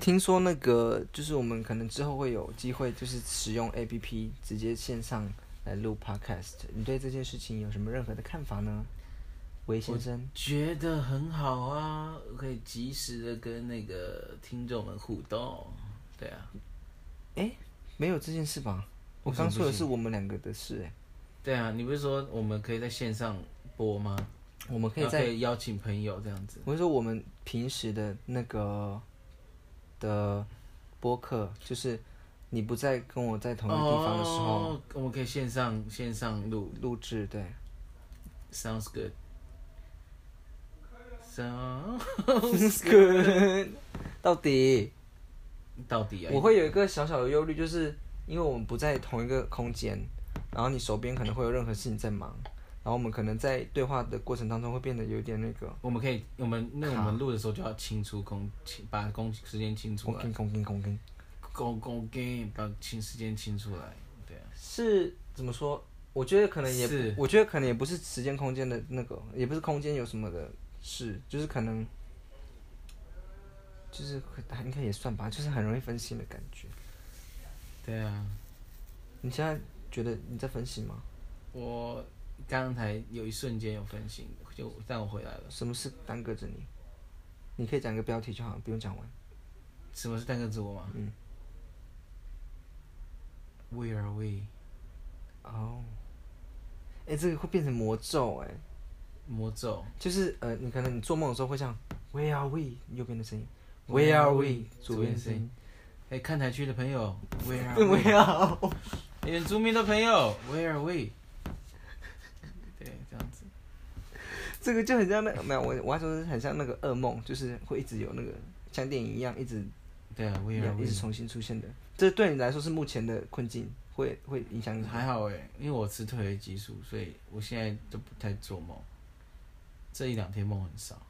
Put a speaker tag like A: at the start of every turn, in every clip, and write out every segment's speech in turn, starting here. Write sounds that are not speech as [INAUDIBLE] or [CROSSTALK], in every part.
A: 听说那个就是我们可能之后会有机会，就是使用 APP 直接线上来录 Podcast。你对这件事情有什么任何的看法呢？韦先生，
B: 觉得很好啊，可以及时的跟那个听众们互动。对啊，
A: 没有这件事吧？我
B: 为什么
A: 刚说的
B: 不
A: 是我们两个的事、欸，
B: 对啊，你不是说我们可以在线上播吗？
A: 我们可以
B: 然后
A: 在，
B: 邀请朋友这样子。
A: 我是说我们平时的那个的播客，就是你不在跟我在同一个地方的时候
B: 哦，我们可以线上线上录
A: 录制，对。
B: ，sounds good。sound
A: Oh, [LAUGHS] 到底
B: 到底啊？
A: 我会有一个小小的忧虑，就是因为我们不在同一个空间，然后你手边可能会有任何事情在忙，然后我们可能在对话的过程当中会变得有点那个
B: 我们可以，我们那我
A: 好
B: 们录的时候就要清出空，清把空时间清出
A: 空
B: 来，
A: 空空空空空，
B: 空空给把清时间清出来，对啊，
A: 是怎么说？我觉得可能也不
B: 是，
A: 我觉得可能也不是时间空间的那个，也不是空间有什么的事，就是可能，就是应该也算吧，就是很容易分心的感觉。
B: 对啊，
A: 你现在觉得你在分心吗？
B: 我刚才有一瞬间有分心，就但我回来了。
A: 什么是耽搁着你？你可以讲一个标题就好，不用讲完。
B: 什么是蛋壳之我吗？
A: 嗯。
B: Where are we？
A: 哦，哎，这个会变成魔咒哎，
B: 魔咒。
A: 就是呃，你可能你做梦的时候会像 Where are we？右边的声音，Where are we？左边的声音
B: 哎，看台区的朋友
A: [LAUGHS]
B: ，Where are we？
A: ，Where are？
B: 原住民的朋友，Where are we？对，这样子。
A: 这个就很像那个，没有我我要说是很像那个噩梦，就是会一直有那个像电影一样一直
B: 对啊，Where are
A: 一
B: we？
A: 直重新出现的。这对你来说是目前的困境，会会影响你。
B: 还好哎、因为我吃褪黑激素，所以我现在都不太做梦。这一两天梦很少，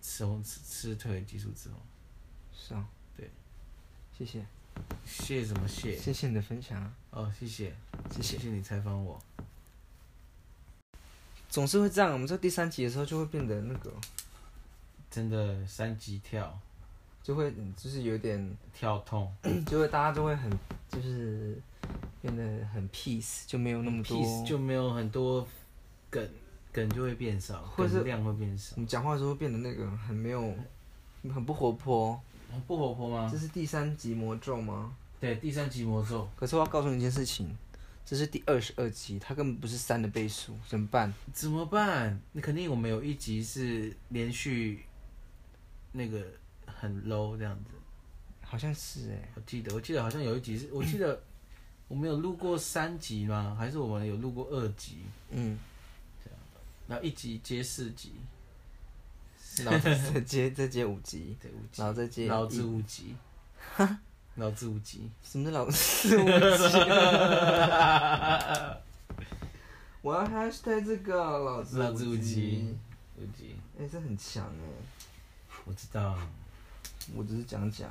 B: 吃红吃吃褪黑激素之后，
A: 是啊，
B: 对，
A: 谢谢
B: 谢什么谢？
A: 谢谢你的分享啊，
B: 哦，谢谢，
A: 谢谢
B: 谢。谢你采访我。
A: 总是会这样。我们做第三集的时候就会变得那个，
B: 真的三级跳
A: 就会嗯就是有点，
B: 跳痛，
A: 就会大家就会很就是变得很 peace，就没有那么多。
B: peace 就没有很多梗，梗就会变少，
A: 或是
B: 梗量会变少
A: 我。们讲话的时候会变得那个很没有，很不活泼。
B: 不活泼吗
A: 这？嗯是第三集魔咒吗？
B: 对，第三集魔咒
A: 可是我要告诉你一件事情，这是第二十二集，它根本不是三的倍数，怎么办？
B: 怎么办？那肯定我们有一集是连续那个很 low 这样子。
A: 好像是哎、
B: 我记得，我记得好像有一集是，我记得我们有录过三集吗？还是我们有录过二集？
A: 嗯，
B: 然后一集接四集，
A: 然后再接再接五集，
B: 对，五集
A: 然，后再接
B: 老
A: 一
B: 子五 [LAUGHS] 集，老子五 [LAUGHS] 集，
A: 什么是老
B: [LAUGHS]
A: 师五级？我要 hashtag 这个老子
B: 老子
A: 五
B: 五
A: 级
B: 集，，五集，
A: 哎、这很强哎、
B: 我知道，
A: 我只是讲讲，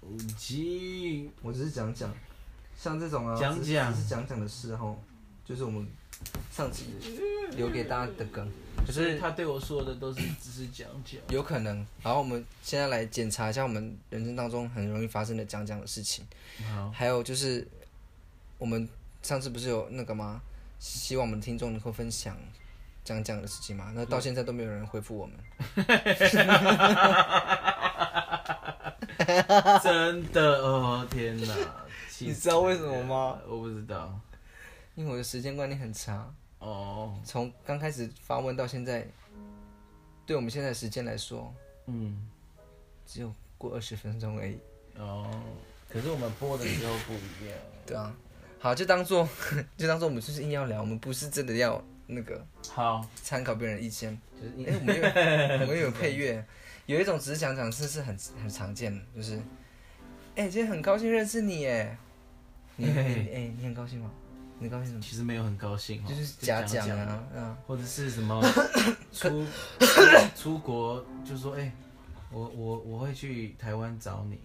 B: 五集，
A: 我只是讲讲，像这种啊，
B: 讲
A: 只是
B: 讲
A: 只是讲讲的事吼，就是我们上集留给大家的梗，可
B: 所以
A: 是
B: 他对我说的都是只是讲讲，
A: 有可能，然后我们现在来检查一下我们人生当中很容易发生的讲讲的事情。
B: 好，
A: 还有就是，我们上次不是有那个吗？希望我们听众能够分享讲讲的事情嘛？那到现在都没有人回复我们，
B: 真的哦，天哪，气
A: 你
B: 死
A: 知道为什
B: 人
A: 么吗
B: 了？我不知道，
A: 因为我的时间观念很差，
B: 哦，
A: 从刚开始发问到现在，对我们现在的时间来说，
B: 嗯，
A: 只有过二十分钟而已。
B: 哦，可是我们播的时候不一样。
A: 对啊，好，就当做 [LAUGHS] 就当做我们就是硬要聊，我们不是真的要那个
B: 好，
A: 参考别人的意见。
B: 就是
A: 哎、我们有我们有配乐，有一种只是讲讲是是很很常见的，就是，哎、今天很高兴认识你，哎，你哎、你很高兴吗？你高兴什么？
B: 其实没有很高兴哦，
A: 就是假
B: 讲
A: 讲
B: 讲
A: 啊，，啊，
B: 或者是什
A: [LAUGHS]
B: 么出出国，就说哎、我我我会去台湾找你，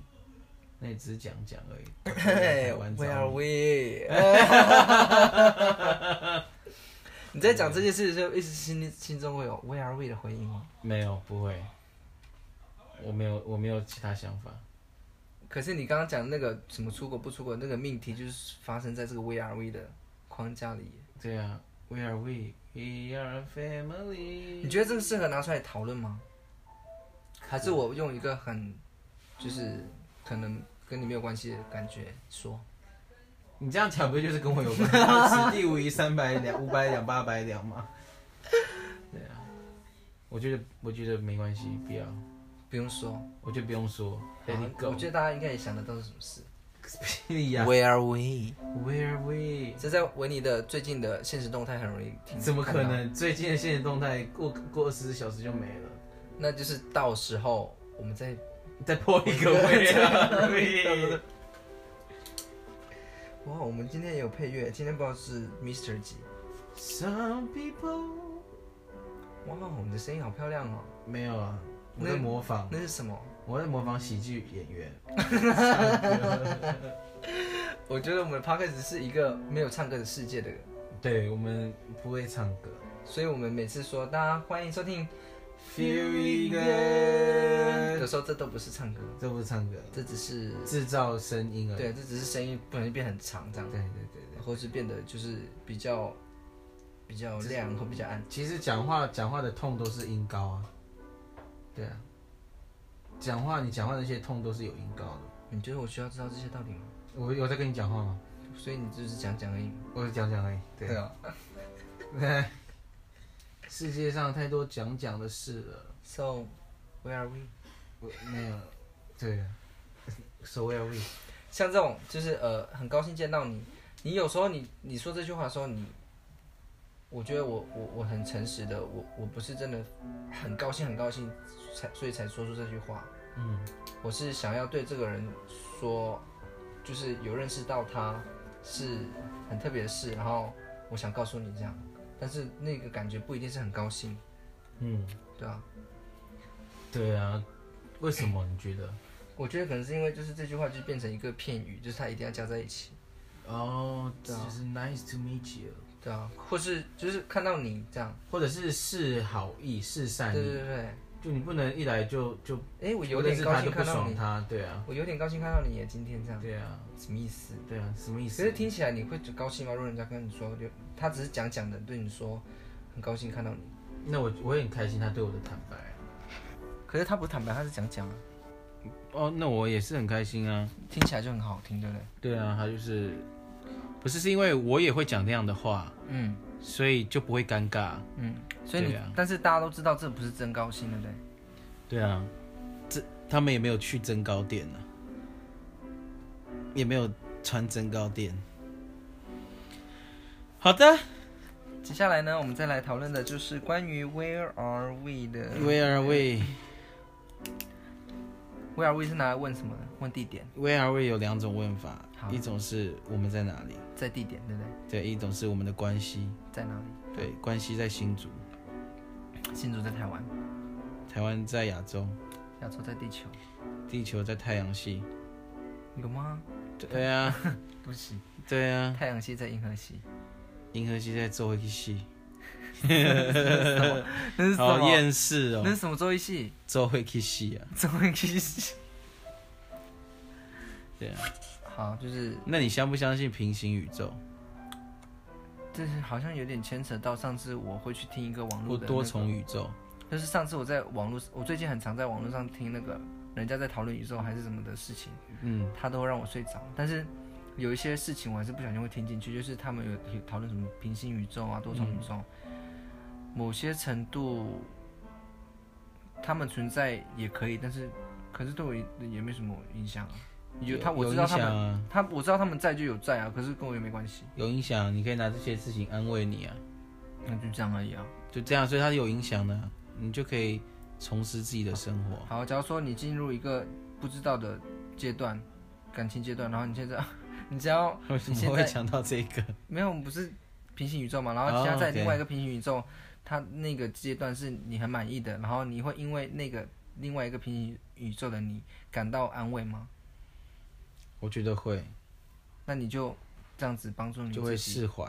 B: 那也只是讲讲而已。我会来
A: 嘿
B: 台湾
A: ，Where are
B: 找你，
A: we？你在讲这件事的时候，一直心里心中会有 Where are we 的回应吗？
B: 没有不会，我没有我没有其他想法，
A: 可是你刚刚讲那个什么出国不出国那个命题，就是发生在这个 V R V 的框架里。
B: 对啊，We are we, we are a family。
A: 你觉得这个适合拿出来讨论吗？还是我用一个很，就是可能跟你没有关系的感觉说？
B: 你这样讲不就是跟我有关？此地无银三百
A: [LAUGHS]
B: 两，五百两，八百两吗？对啊，我觉得我觉得没关系，不要，
A: 不用说，
B: 我就不用说，Let it
A: 我
B: go。
A: 觉得大家应该也想得到是什么事。
B: [LAUGHS] 屁呀
A: Where are we？
B: ，Where we？
A: 这在维尼的最近的现实动态很容易听。
B: 怎么可
A: 看到？
B: 能？最近的现实动态过过二十四小时就没 [LAUGHS] 了，
A: 那就是到时候我们再
B: 再破一个 We 啊。
A: 哇，我们今天也有配乐，今天不知道是 Mister 几。
B: Some people
A: 哇，我们的声音好漂亮哦！
B: [LAUGHS] 没有啊，我在模仿，
A: 那是什么？
B: 我在模仿喜剧演员。
A: 我觉得我们 p o d c a s 是一个没有唱歌的世界的，
B: 对我们不会唱歌。
A: 所以我们每次说大家欢迎收听
B: Feeling good，
A: 的时候，这都不是唱歌，
B: 这不是唱歌，
A: 这只是
B: 制造声音而已。
A: 对，这只是声音不能变很长这样
B: 对
A: 子，
B: 对对对。
A: 或是变得就是比较比较亮或比较暗。
B: 其实讲话讲话的痛都是音高啊，对啊，讲话你讲话那些痛都是有音高的。
A: 你觉得我需要知道这些道理吗？
B: 我有在跟你讲话吗？
A: 所以你就是讲讲而已嘛。
B: 我就讲讲而已。对啊，
A: 啊，
B: [LAUGHS] 世界上太多讲讲的事了。
A: So where are we？
B: 我没有，对啊，So where are we？
A: 像这种就是呃，很高兴见到你。你有时候你你说这句话的时候，你，我觉得我我我很诚实的，我我不是真的很高兴很高兴才所以才说出这句话，
B: 嗯，
A: 我是想要对这个人说，就是有认识到他是很特别的事，然后我想告诉你这样，但是那个感觉不一定是很高兴，
B: 嗯，
A: 对吧、
B: 对啊，为什么你觉得？
A: 我觉得可能是因为就是这句话就变成一个片语，就是它一定要加在一起。
B: 哦，就
A: 对啊
B: 是 nice to meet you，
A: 对啊，或是就是看到你这样，
B: 或者是是好意是善
A: 对对
B: 意，
A: 对对，
B: 就你不能一来就就
A: 哎，我有
B: 认
A: 点
B: 识
A: 高
B: 他就
A: 兴
B: 不
A: 看到
B: 爽
A: 你，
B: 他，对啊，
A: 我有点高兴看到你耶，今天这样，
B: 对啊，
A: 什么意思？
B: 对啊，什么意
A: 可
B: 思？
A: 是听起来你会觉得高兴吗？如果人家跟你说，就他只是讲讲的对你说，很高兴看到你，
B: 那我我也很开心他对我的坦白啊、
A: 可是他不坦白，他是讲讲啊，
B: 哦，那我也是很开心啊。
A: 听起来就很好听，对不对？
B: 对啊，他就是不是是因为我也会讲那样的话，
A: 嗯
B: 所以就不会尴尬。
A: 嗯，所以你、
B: 对啊
A: 但是大家都知道这不是真高兴，对不对？
B: 对啊，这他们也没有去增高店啊，也没有穿增高垫。好的
A: 接下来呢，我们再来讨论的就是关于 Where are we 的
B: ，Where are we？
A: Where are we 是拿来问什么的？问地点，
B: Where are we 有两种问法，
A: 好
B: 一种是我们在哪里，
A: 在地点，对不对？
B: 对，一种是我们的关系，
A: 在哪里？
B: 对，关系在新竹，
A: 新竹在台湾，
B: 台湾在亚洲，
A: 亚洲在地球，
B: 地球在太阳系。
A: 有吗？
B: 对啊，
A: 对不起，
B: 对啊，
A: 太阳系在银河系，
B: 银河系在做一系，
A: 那是什
B: 好
A: 么？
B: 厌世
A: 那
B: 哦，
A: 是什么周一系？
B: 做一系啊，
A: 周一系。
B: 对啊。
A: 好，就是
B: 那你相不相信平行宇宙？
A: 这是好像有点牵扯到上次我会去听一个网
B: 或
A: 络的、
B: 多重，宇宙？
A: 就是上次我在网络，我最近很常在网络上听那个人家在讨论宇宙还是什么的事情，
B: 嗯，
A: 他都会让我睡着，但是。有一些事情我还是不小心会听进去，就是他们有有讨论什么平行宇宙啊、多重宇宙，某些程度他们存在也可以，但是可是对我也也没什么影响啊。有他我知道
B: 影
A: 他们
B: 响啊，
A: 他我知道他们在就有在啊，可是跟我也没关系，
B: 有影响，啊你可以拿这些事情安慰你啊，
A: 那就这样而已啊。
B: 就这样，所以它有影响的啊，你就可以重拾自己的生活。
A: 嗯好，假如说你进入一个不知道的阶段，感情阶段，然后你现在 [LAUGHS] 你只要
B: 为什
A: 你现
B: 么
A: 在
B: 会讲到这个？
A: 没有不是平行宇宙嘛，然后
B: 哦
A: 现在在
B: OK
A: 另外一个平行宇宙，它那个阶段是你很满意的，然后你会因为那个另外一个平行宇宙的你感到安慰吗？
B: 我觉得会，
A: 那你就这样子帮助你
B: 就
A: 嗯自
B: 会
A: 己。
B: 释怀。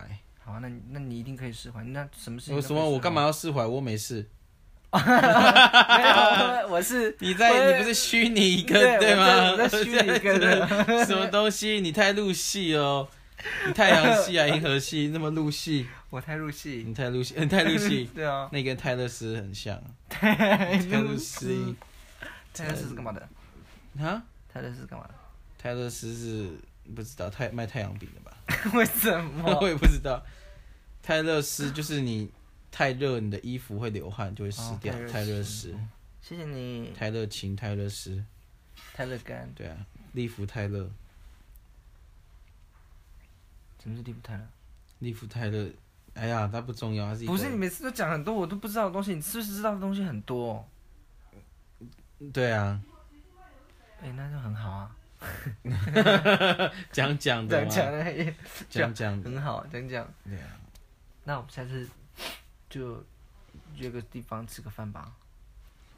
A: 好啊，那你那你一定可以释怀。那什么事情？
B: 为什么我干？嘛要释怀？我没事，
A: [LAUGHS] 没有，我是
B: 你
A: 我
B: 在你不是虚拟一个
A: 对
B: 吗？
A: 我在我
B: [LAUGHS]
A: 在虚拟一个 [LAUGHS] 对
B: 什么东西？你太入戏哦，你太阳系啊，银河系那么入戏，
A: 我太入戏，
B: 你太入戏，你太入戏
A: [LAUGHS] ，对啊，
B: 呃那跟泰勒斯
A: [LAUGHS]
B: 很像啊，
A: 泰
B: 泰勒斯
A: 泰勒斯是干嘛的？
B: 啊，
A: 泰勒斯是干嘛的？ [LAUGHS]
B: 泰勒斯是不知道太卖太阳饼的吧？
A: 为什
B: [LAUGHS] 我
A: 么？
B: 也不知道，泰勒斯就是你太热，你的衣服会流汗就会湿
A: 哦嗯
B: 掉
A: 泰，勒斯
B: 泰勒斯，
A: 谢谢你，
B: 泰勒琴，泰勒斯，
A: 泰勒干，
B: 对啊，利弗泰勒，
A: 什么是利普泰勒？
B: 利弗泰勒，哎呀，他不重要，他是一个
A: 不是你每次都讲很多我都不知道的东西，你是不是知道的东西很多？
B: 对啊，
A: [LAUGHS] 哎、那就很好啊，
B: 讲讲的
A: 讲
B: 嘛，
A: 讲的也
B: 讲讲
A: 很
B: 的，
A: 好，讲讲。
B: 对啊，
A: 那我们下次就约个地方吃个饭吧，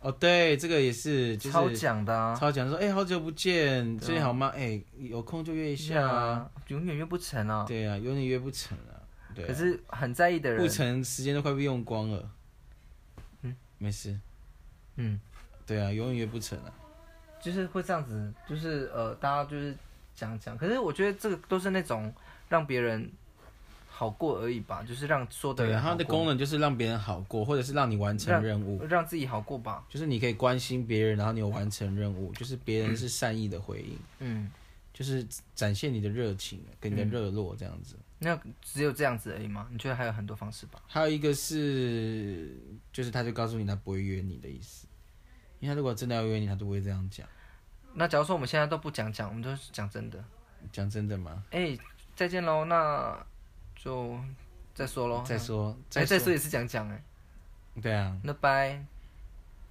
B: 哦，对，这个也是，就是
A: 超讲的啊，
B: 超讲说，哎，好久不见，
A: 对啊
B: 最近好吗？哎，有空就约一下啊，
A: 啊，永远约不成啊。
B: 对啊，有你约不成啊，对啊，
A: 可是很在意的人，
B: 不成，时间都快被用光了，
A: 嗯，
B: 没事，
A: 嗯，
B: 对啊，永远约不成啊。
A: 就是会这样子，就是呃，大家就是讲讲。可是我觉得这个都是那种让别人好过而已吧，就是让说的
B: 对，
A: 人
B: 然
A: 哦啊好
B: 后
A: 过
B: 它的功能就是让别人好过，或者是让你完成
A: 让
B: 任务，
A: 让自己好过吧。
B: 就是你可以关心别人，然后你有完成任务，就是别人是善意的回应，
A: 嗯，
B: 就是展现你的热情跟你的热络这样子。
A: 那只有这样子而已吗？你觉得还有很多方式吧？
B: 还有一个是，就是他就告诉你他不会约你的意思，因为他如果真的要约你，他就不会这样讲。
A: 那假如说我们现在都不讲讲，我们都是讲真的。
B: 讲真的吗？
A: 哎、再见喽，那就再说喽。
B: 再说，
A: 哎、
B: 再
A: 再说也是讲讲哎，
B: 对啊，
A: 那拜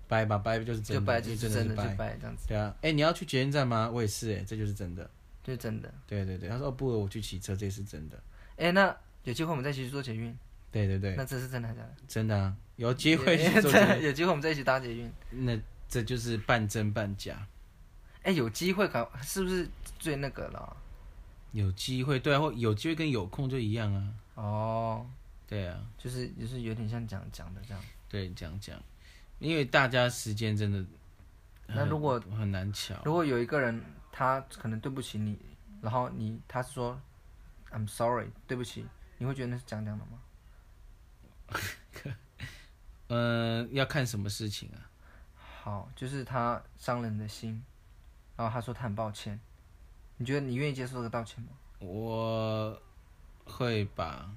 B: 拜吧，拜就是
A: 就
B: 真
A: 拜
B: 的，
A: 就
B: 因为
A: 是
B: 的
A: 真的
B: 是
A: 就
B: 拜。
A: 拜这样子，
B: 对啊，哎，你要去捷运站吗？我也是，哎，这就是真的。
A: 就是真的。
B: 对对对，他说哦不，我去骑车，这也是真的。
A: 哎、那有机会我们再一起去做捷运，
B: 对对对
A: 那，这是真的还是假的？
B: 真的啊，有机会去
A: [LAUGHS]
B: 做这
A: 真的
B: 个，
A: 有机会我们再一起搭捷运。
B: 那这就是半真半假。
A: 哎、有机会搞是不是最那个了啊？
B: 有机会，对啊，或有机会跟有空就一样啊。
A: 哦，
B: 对啊，
A: 就是就是有点像讲讲的这样。
B: 对，这样讲，因为大家时间真的很，
A: 那如果
B: 哎很难巧，
A: 如果有一个人他可能对不起你，然后你他说 I'm sorry，对不起，你会觉得那是讲讲的吗？
B: 嗯、要看什么事情啊？
A: 好，就是他伤了你的心，然后他说他很抱歉，你觉得你愿意接受这个道歉吗？
B: 我会把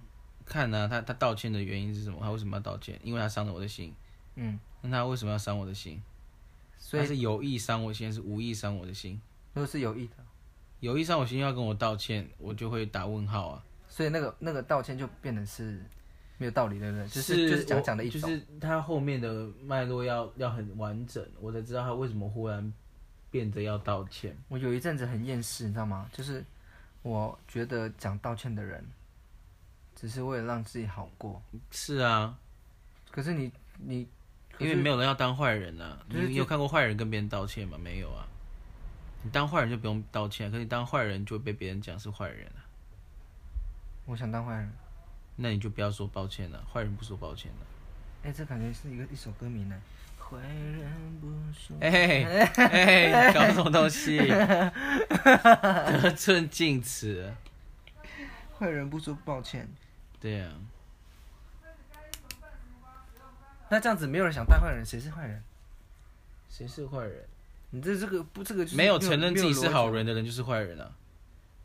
B: 看啊，他他道歉的原因是什么？他为什么要道歉？因为他伤了我的心。
A: 嗯，
B: 那他为什么要伤我的心？
A: 所以
B: 他是有意伤我心，还是无意伤我的心？
A: 如果是有意的，
B: 有意伤我心要跟我道歉，我就会打问号啊。
A: 所以那个那个道歉就变得是没有道理的，对不对？嗯就是就是讲
B: 我
A: 讲的一种，
B: 就是他后面的脉络要要很完整，我才知道他为什么忽然变得要道歉。
A: 我有一阵子很厌世，你知道吗？就是我觉得讲道歉的人，只是为了让自己好过。
B: 是啊，
A: 可是你你，可
B: 因
A: 是
B: 为没有人要当坏人啊。
A: 可是
B: 你你有看过坏人跟别人道歉吗？没有啊。你当坏人就不用道歉，啊可是你当坏人就会被别人讲是坏人啊。
A: 我想当坏人，
B: 那你就不要说抱歉了、坏人不说抱歉的、
A: 哎，这感觉是一个一首歌名呢。坏人不说，
B: 哎、
A: [LAUGHS]
B: 哎、搞什么东西？ [LAUGHS] 得寸进尺。
A: 坏人不说抱歉。
B: 对啊，
A: 那这样子没有人想当坏人，谁是坏人？
B: 谁是坏人？
A: 你这这个不这个就是
B: 没有承认自己是
A: 没有逻
B: 好，
A: 辑
B: 人的人就是坏人啊！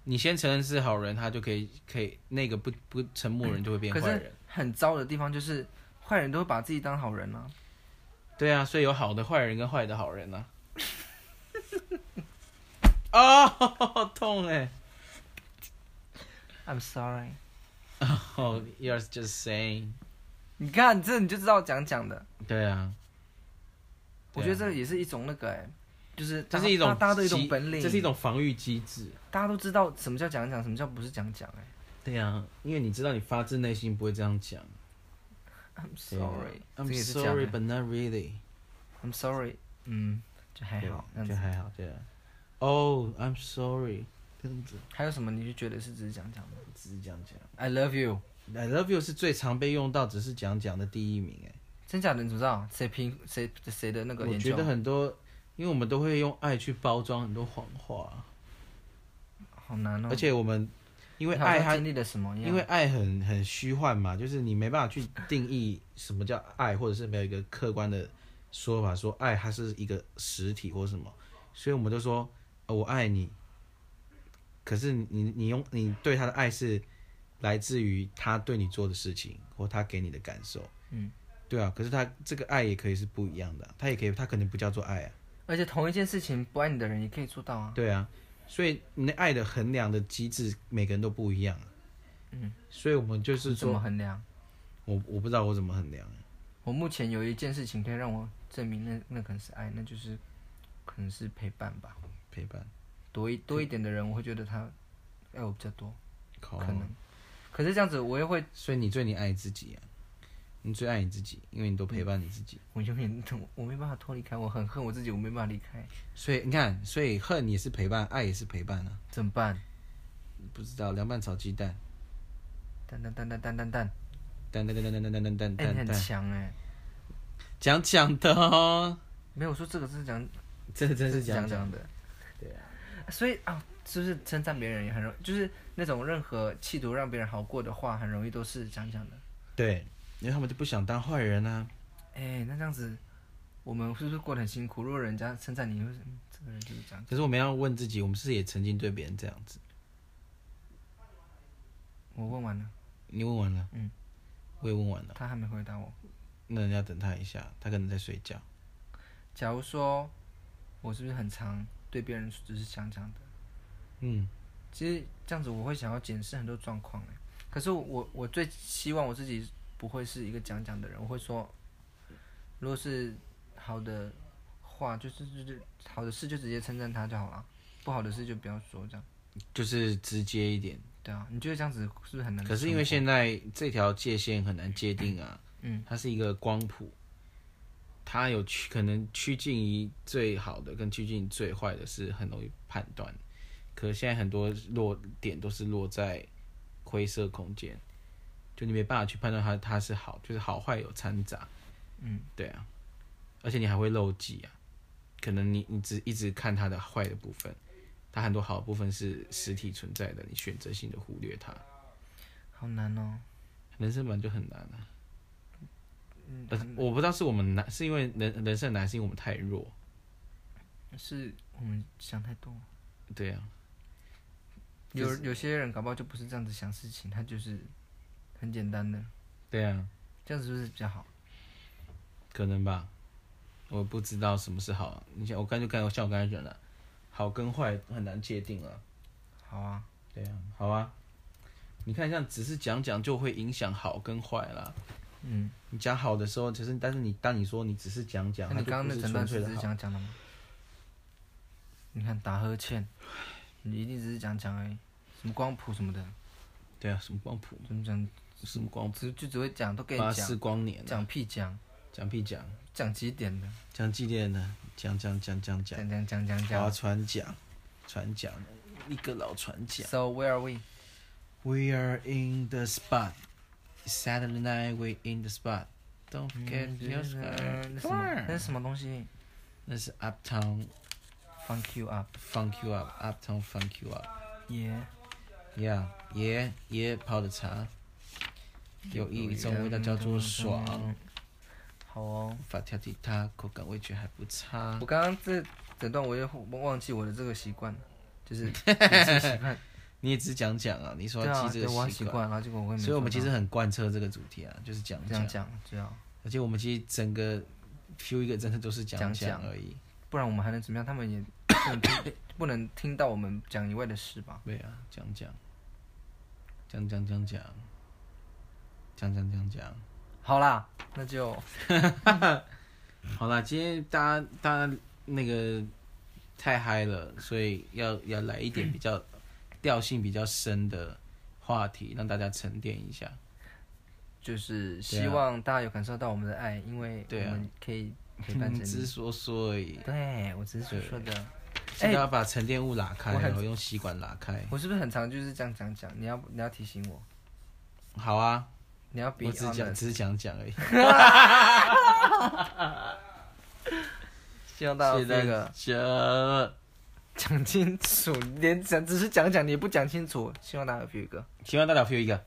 B: 你先承认是好人，他就可以可以那个不不沉默人就会
A: 嗯
B: 变
A: 可
B: 坏
A: 是
B: 人。
A: 很糟的地方就是坏人都会把自己当好人啊。
B: 对啊，所以有好的坏人跟坏的好人啊。 [LAUGHS] 哦，痛哎、
A: I'm sorry。
B: 哦、y o u r e just saying。
A: 你看这你就知道讲讲的，
B: 对啊，
A: 我觉得这也是一种那个哎、就是
B: 这
A: 大
B: 是一
A: 大
B: 种
A: 大家都有一
B: 机
A: 种本领，
B: 这是一种防御机制。
A: 大家都知道什么叫讲讲，什么叫不是讲讲哎、
B: 对啊，因为你知道你发自内心不会这样讲。啊
A: I'm sorry，这个
B: I'm
A: 也是讲、
B: sorry,
A: 欸、
B: but not really.
A: I'm sorry，嗯，就还好这样
B: 就
A: 子。
B: 还好，对啊。Oh, I'm sorry，这样子
A: 还有什么你就觉得是只是讲讲的
B: 只是这样讲。
A: ？I love you，
B: I love you 是最常被用到，只是讲讲的第一名哎。
A: 真假的你怎么知道？谁评谁谁的那个
B: 我
A: 研
B: 觉
A: 究
B: 得？很多，因为我们都会用爱去包装很多谎话，
A: 好难哦。
B: 而且我们因为
A: 你好像
B: 爱它
A: 经历了什么一样？
B: 因为爱很很虚幻嘛，就是你没办法去定义什么叫爱，或者是没有一个客观的说法，说爱它是一个实体或什么，所以我们就说、呃我爱你。可是你你你用你对他的爱是来自于他对你做的事情或他给你的感受，
A: 嗯，
B: 对啊。可是他这个爱也可以是不一样的啊、他也可以，他可能不叫做爱啊，
A: 而且同一件事情，不爱你的人也可以做到啊。
B: 对啊。所以你的爱的衡量的机制，每个人都不一样、啊，
A: 嗯，
B: 所以我们就是
A: 你怎
B: 说
A: 么，衡量？
B: 我我不知道我怎么衡量。啊
A: 我目前有一件事情可以让我证明那那可能是爱，那就是可能是陪伴吧。
B: 陪伴，
A: 多一多一点的人，我会觉得他爱我比较多，
B: 靠
A: 可能。可是这样子，我又会，
B: 啊所以你最你爱自己啊，你最爱你自己，因为你都陪伴你自己。
A: 我永远我没办法脱离开，我很恨我自己，我没办法离开，
B: 所以你看，所以恨也是陪伴，爱也是陪伴啊。
A: 怎么办？
B: 不知道凉拌炒鸡蛋，
A: 蛋蛋蛋蛋蛋蛋蛋，
B: 蛋蛋蛋蛋蛋蛋蛋蛋
A: 哎、你
B: 蛋
A: 很
B: 蛋，
A: 强哎、
B: 讲讲的哦，
A: 没有我说这个是讲，
B: 这真
A: 这
B: 是讲
A: 讲
B: 讲
A: 讲
B: 的。
A: 的，
B: 对啊，
A: 所以啊，是不是称赞别人也很容易，就是那种任何企图让别人好过的话，很容易都是讲讲的。
B: 对，因为他们就不想当坏人啊。
A: 哎、那这样子，我们是不是过得很辛苦？如果人家称赞你，会是嗯这个人就是这样。
B: 可是我们要问自己，我们是不是也曾经对别人这样子？
A: 我问完了，
B: 你问完了，
A: 嗯，
B: 我也问完了，
A: 他还没回答我。
B: 那你要等他一下，他可能在睡觉。
A: 假如说我是不是很常对别人只是讲讲的？
B: 嗯，
A: 其实这样子我会想要检视很多状况哎。可是我我最希望我自己不会是一个讲讲的人，我会说，如果是好的话，就是就是好的事就直接称赞他就好了，不好的事就不要说这样。
B: 就是直接一点。
A: 对啊，你觉得这样子是不是很难？
B: 可是因为现在这条界限很难界定啊，
A: 嗯，
B: 它是一个光谱，它有趋可能趋近于最好的跟趋近于最坏的是很容易判断，可是现在很多落点都是落在灰色空间，就你没办法去判断它它是好，就是好坏有掺杂，
A: 嗯，
B: 对啊，而且你还会漏记啊，可能你你只一直看它的坏的部分，它很多好的部分是实体存在的，你选择性的忽略它。
A: 好难哦。
B: 人生本来就很难啊，
A: 嗯，
B: 但是我不知道是我们难，是因为人人生很难，是因为我们太弱，
A: 是我们想太多。
B: 对啊，就
A: 有有些人搞不好就不是这样子想事情，他就是很简单的，
B: 对啊，
A: 这样子是不是比较好？
B: 可能吧，我不知道什么是好，啊你像我刚才就刚像我刚才讲的，好跟坏很难界定啊，
A: 好啊，
B: 对啊，好啊，你看像只是讲讲就会影响好跟坏啦，
A: 嗯，
B: 你讲好的时候，其实但是你当你说你只是讲
A: 那
B: 讲，
A: 你
B: 啊它就
A: 刚刚
B: 不
A: 那
B: 是
A: 整段
B: 纯
A: 只是
B: 粹的好，
A: 讲讲了吗？你看打呵欠，你一定只是讲讲而已，什么光谱什么的，
B: 对啊，什么光谱，
A: 怎么讲，
B: 什么光谱，
A: 只就只会讲，都跟
B: 八
A: 你
B: 四
A: 讲，
B: 光年、啊，
A: 讲屁讲，
B: 讲屁讲，啊
A: 讲几点的，
B: 讲纪念呢，讲讲讲讲讲。
A: 讲讲讲讲
B: 划
A: 讲。
B: 船桨，船桨，一个老船桨。
A: So where are we？
B: We are in the spot. Saturday night, we in the spot. Don't forget
A: 嗯
B: your
A: 那什么？那是
B: sky.
A: 什么东西
B: 那是 Uptown
A: ？Funk you up，
B: Funk You Up, Uptown Funk You Up.
A: 耶、
B: Yeah, yeah, yeah，泡的茶，有一种味道叫做爽。。
A: 好哦。
B: 法条吉他口感味觉还不差
A: 我。刚刚这整段我也忘记我的这个习惯了，就是
B: [LAUGHS]
A: 饮食习惯。
B: 你也只讲讲啊，你 [LAUGHS] 说
A: 对
B: 要
A: 啊，
B: 记
A: 对，
B: 这
A: 我
B: 个
A: 很
B: 习
A: 习
B: 惯，
A: 惯，然后结果我也没做到。
B: 所以我们其实很贯彻这个主题啊，就是讲
A: 这样讲，对啊，
B: 而且我们其实整个 feel 一个真的都是讲
A: 讲讲
B: 而已。
A: 不然我们还能怎么样？他们也不能听 [COUGHS] 不能听到我们讲以外的事吧？
B: 对啊，讲讲，讲讲讲讲，讲讲讲讲。
A: 好啦，那就
B: 好啦，今天大家大家那个太嗨了，所以要要来一点比较调性比较深的话题，让大家沉淀一下。
A: 就是
B: 对
A: 希
B: 啊
A: 望大家有感受到我们的爱，因为我
B: 对啊
A: 们可以陪伴
B: 嗯，
A: 着
B: 只
A: 你。
B: 说说而已，
A: 嗯对我只是说说的，
B: 记得要把沉淀物拉开
A: 哎我
B: 哦，
A: 很
B: 然后用吸管拉开。
A: 我是不是很常就是这样讲讲？你要你要提醒我，
B: 好啊，
A: 你要比
B: 我只是讲只是讲讲而已。
A: 希望大家
B: 谢谢
A: [LAUGHS] 那个
B: 大家
A: 讲清楚，连讲只是讲讲你也不讲清楚，希望大家有 feel 哥。
B: 希望大家 feel 一个。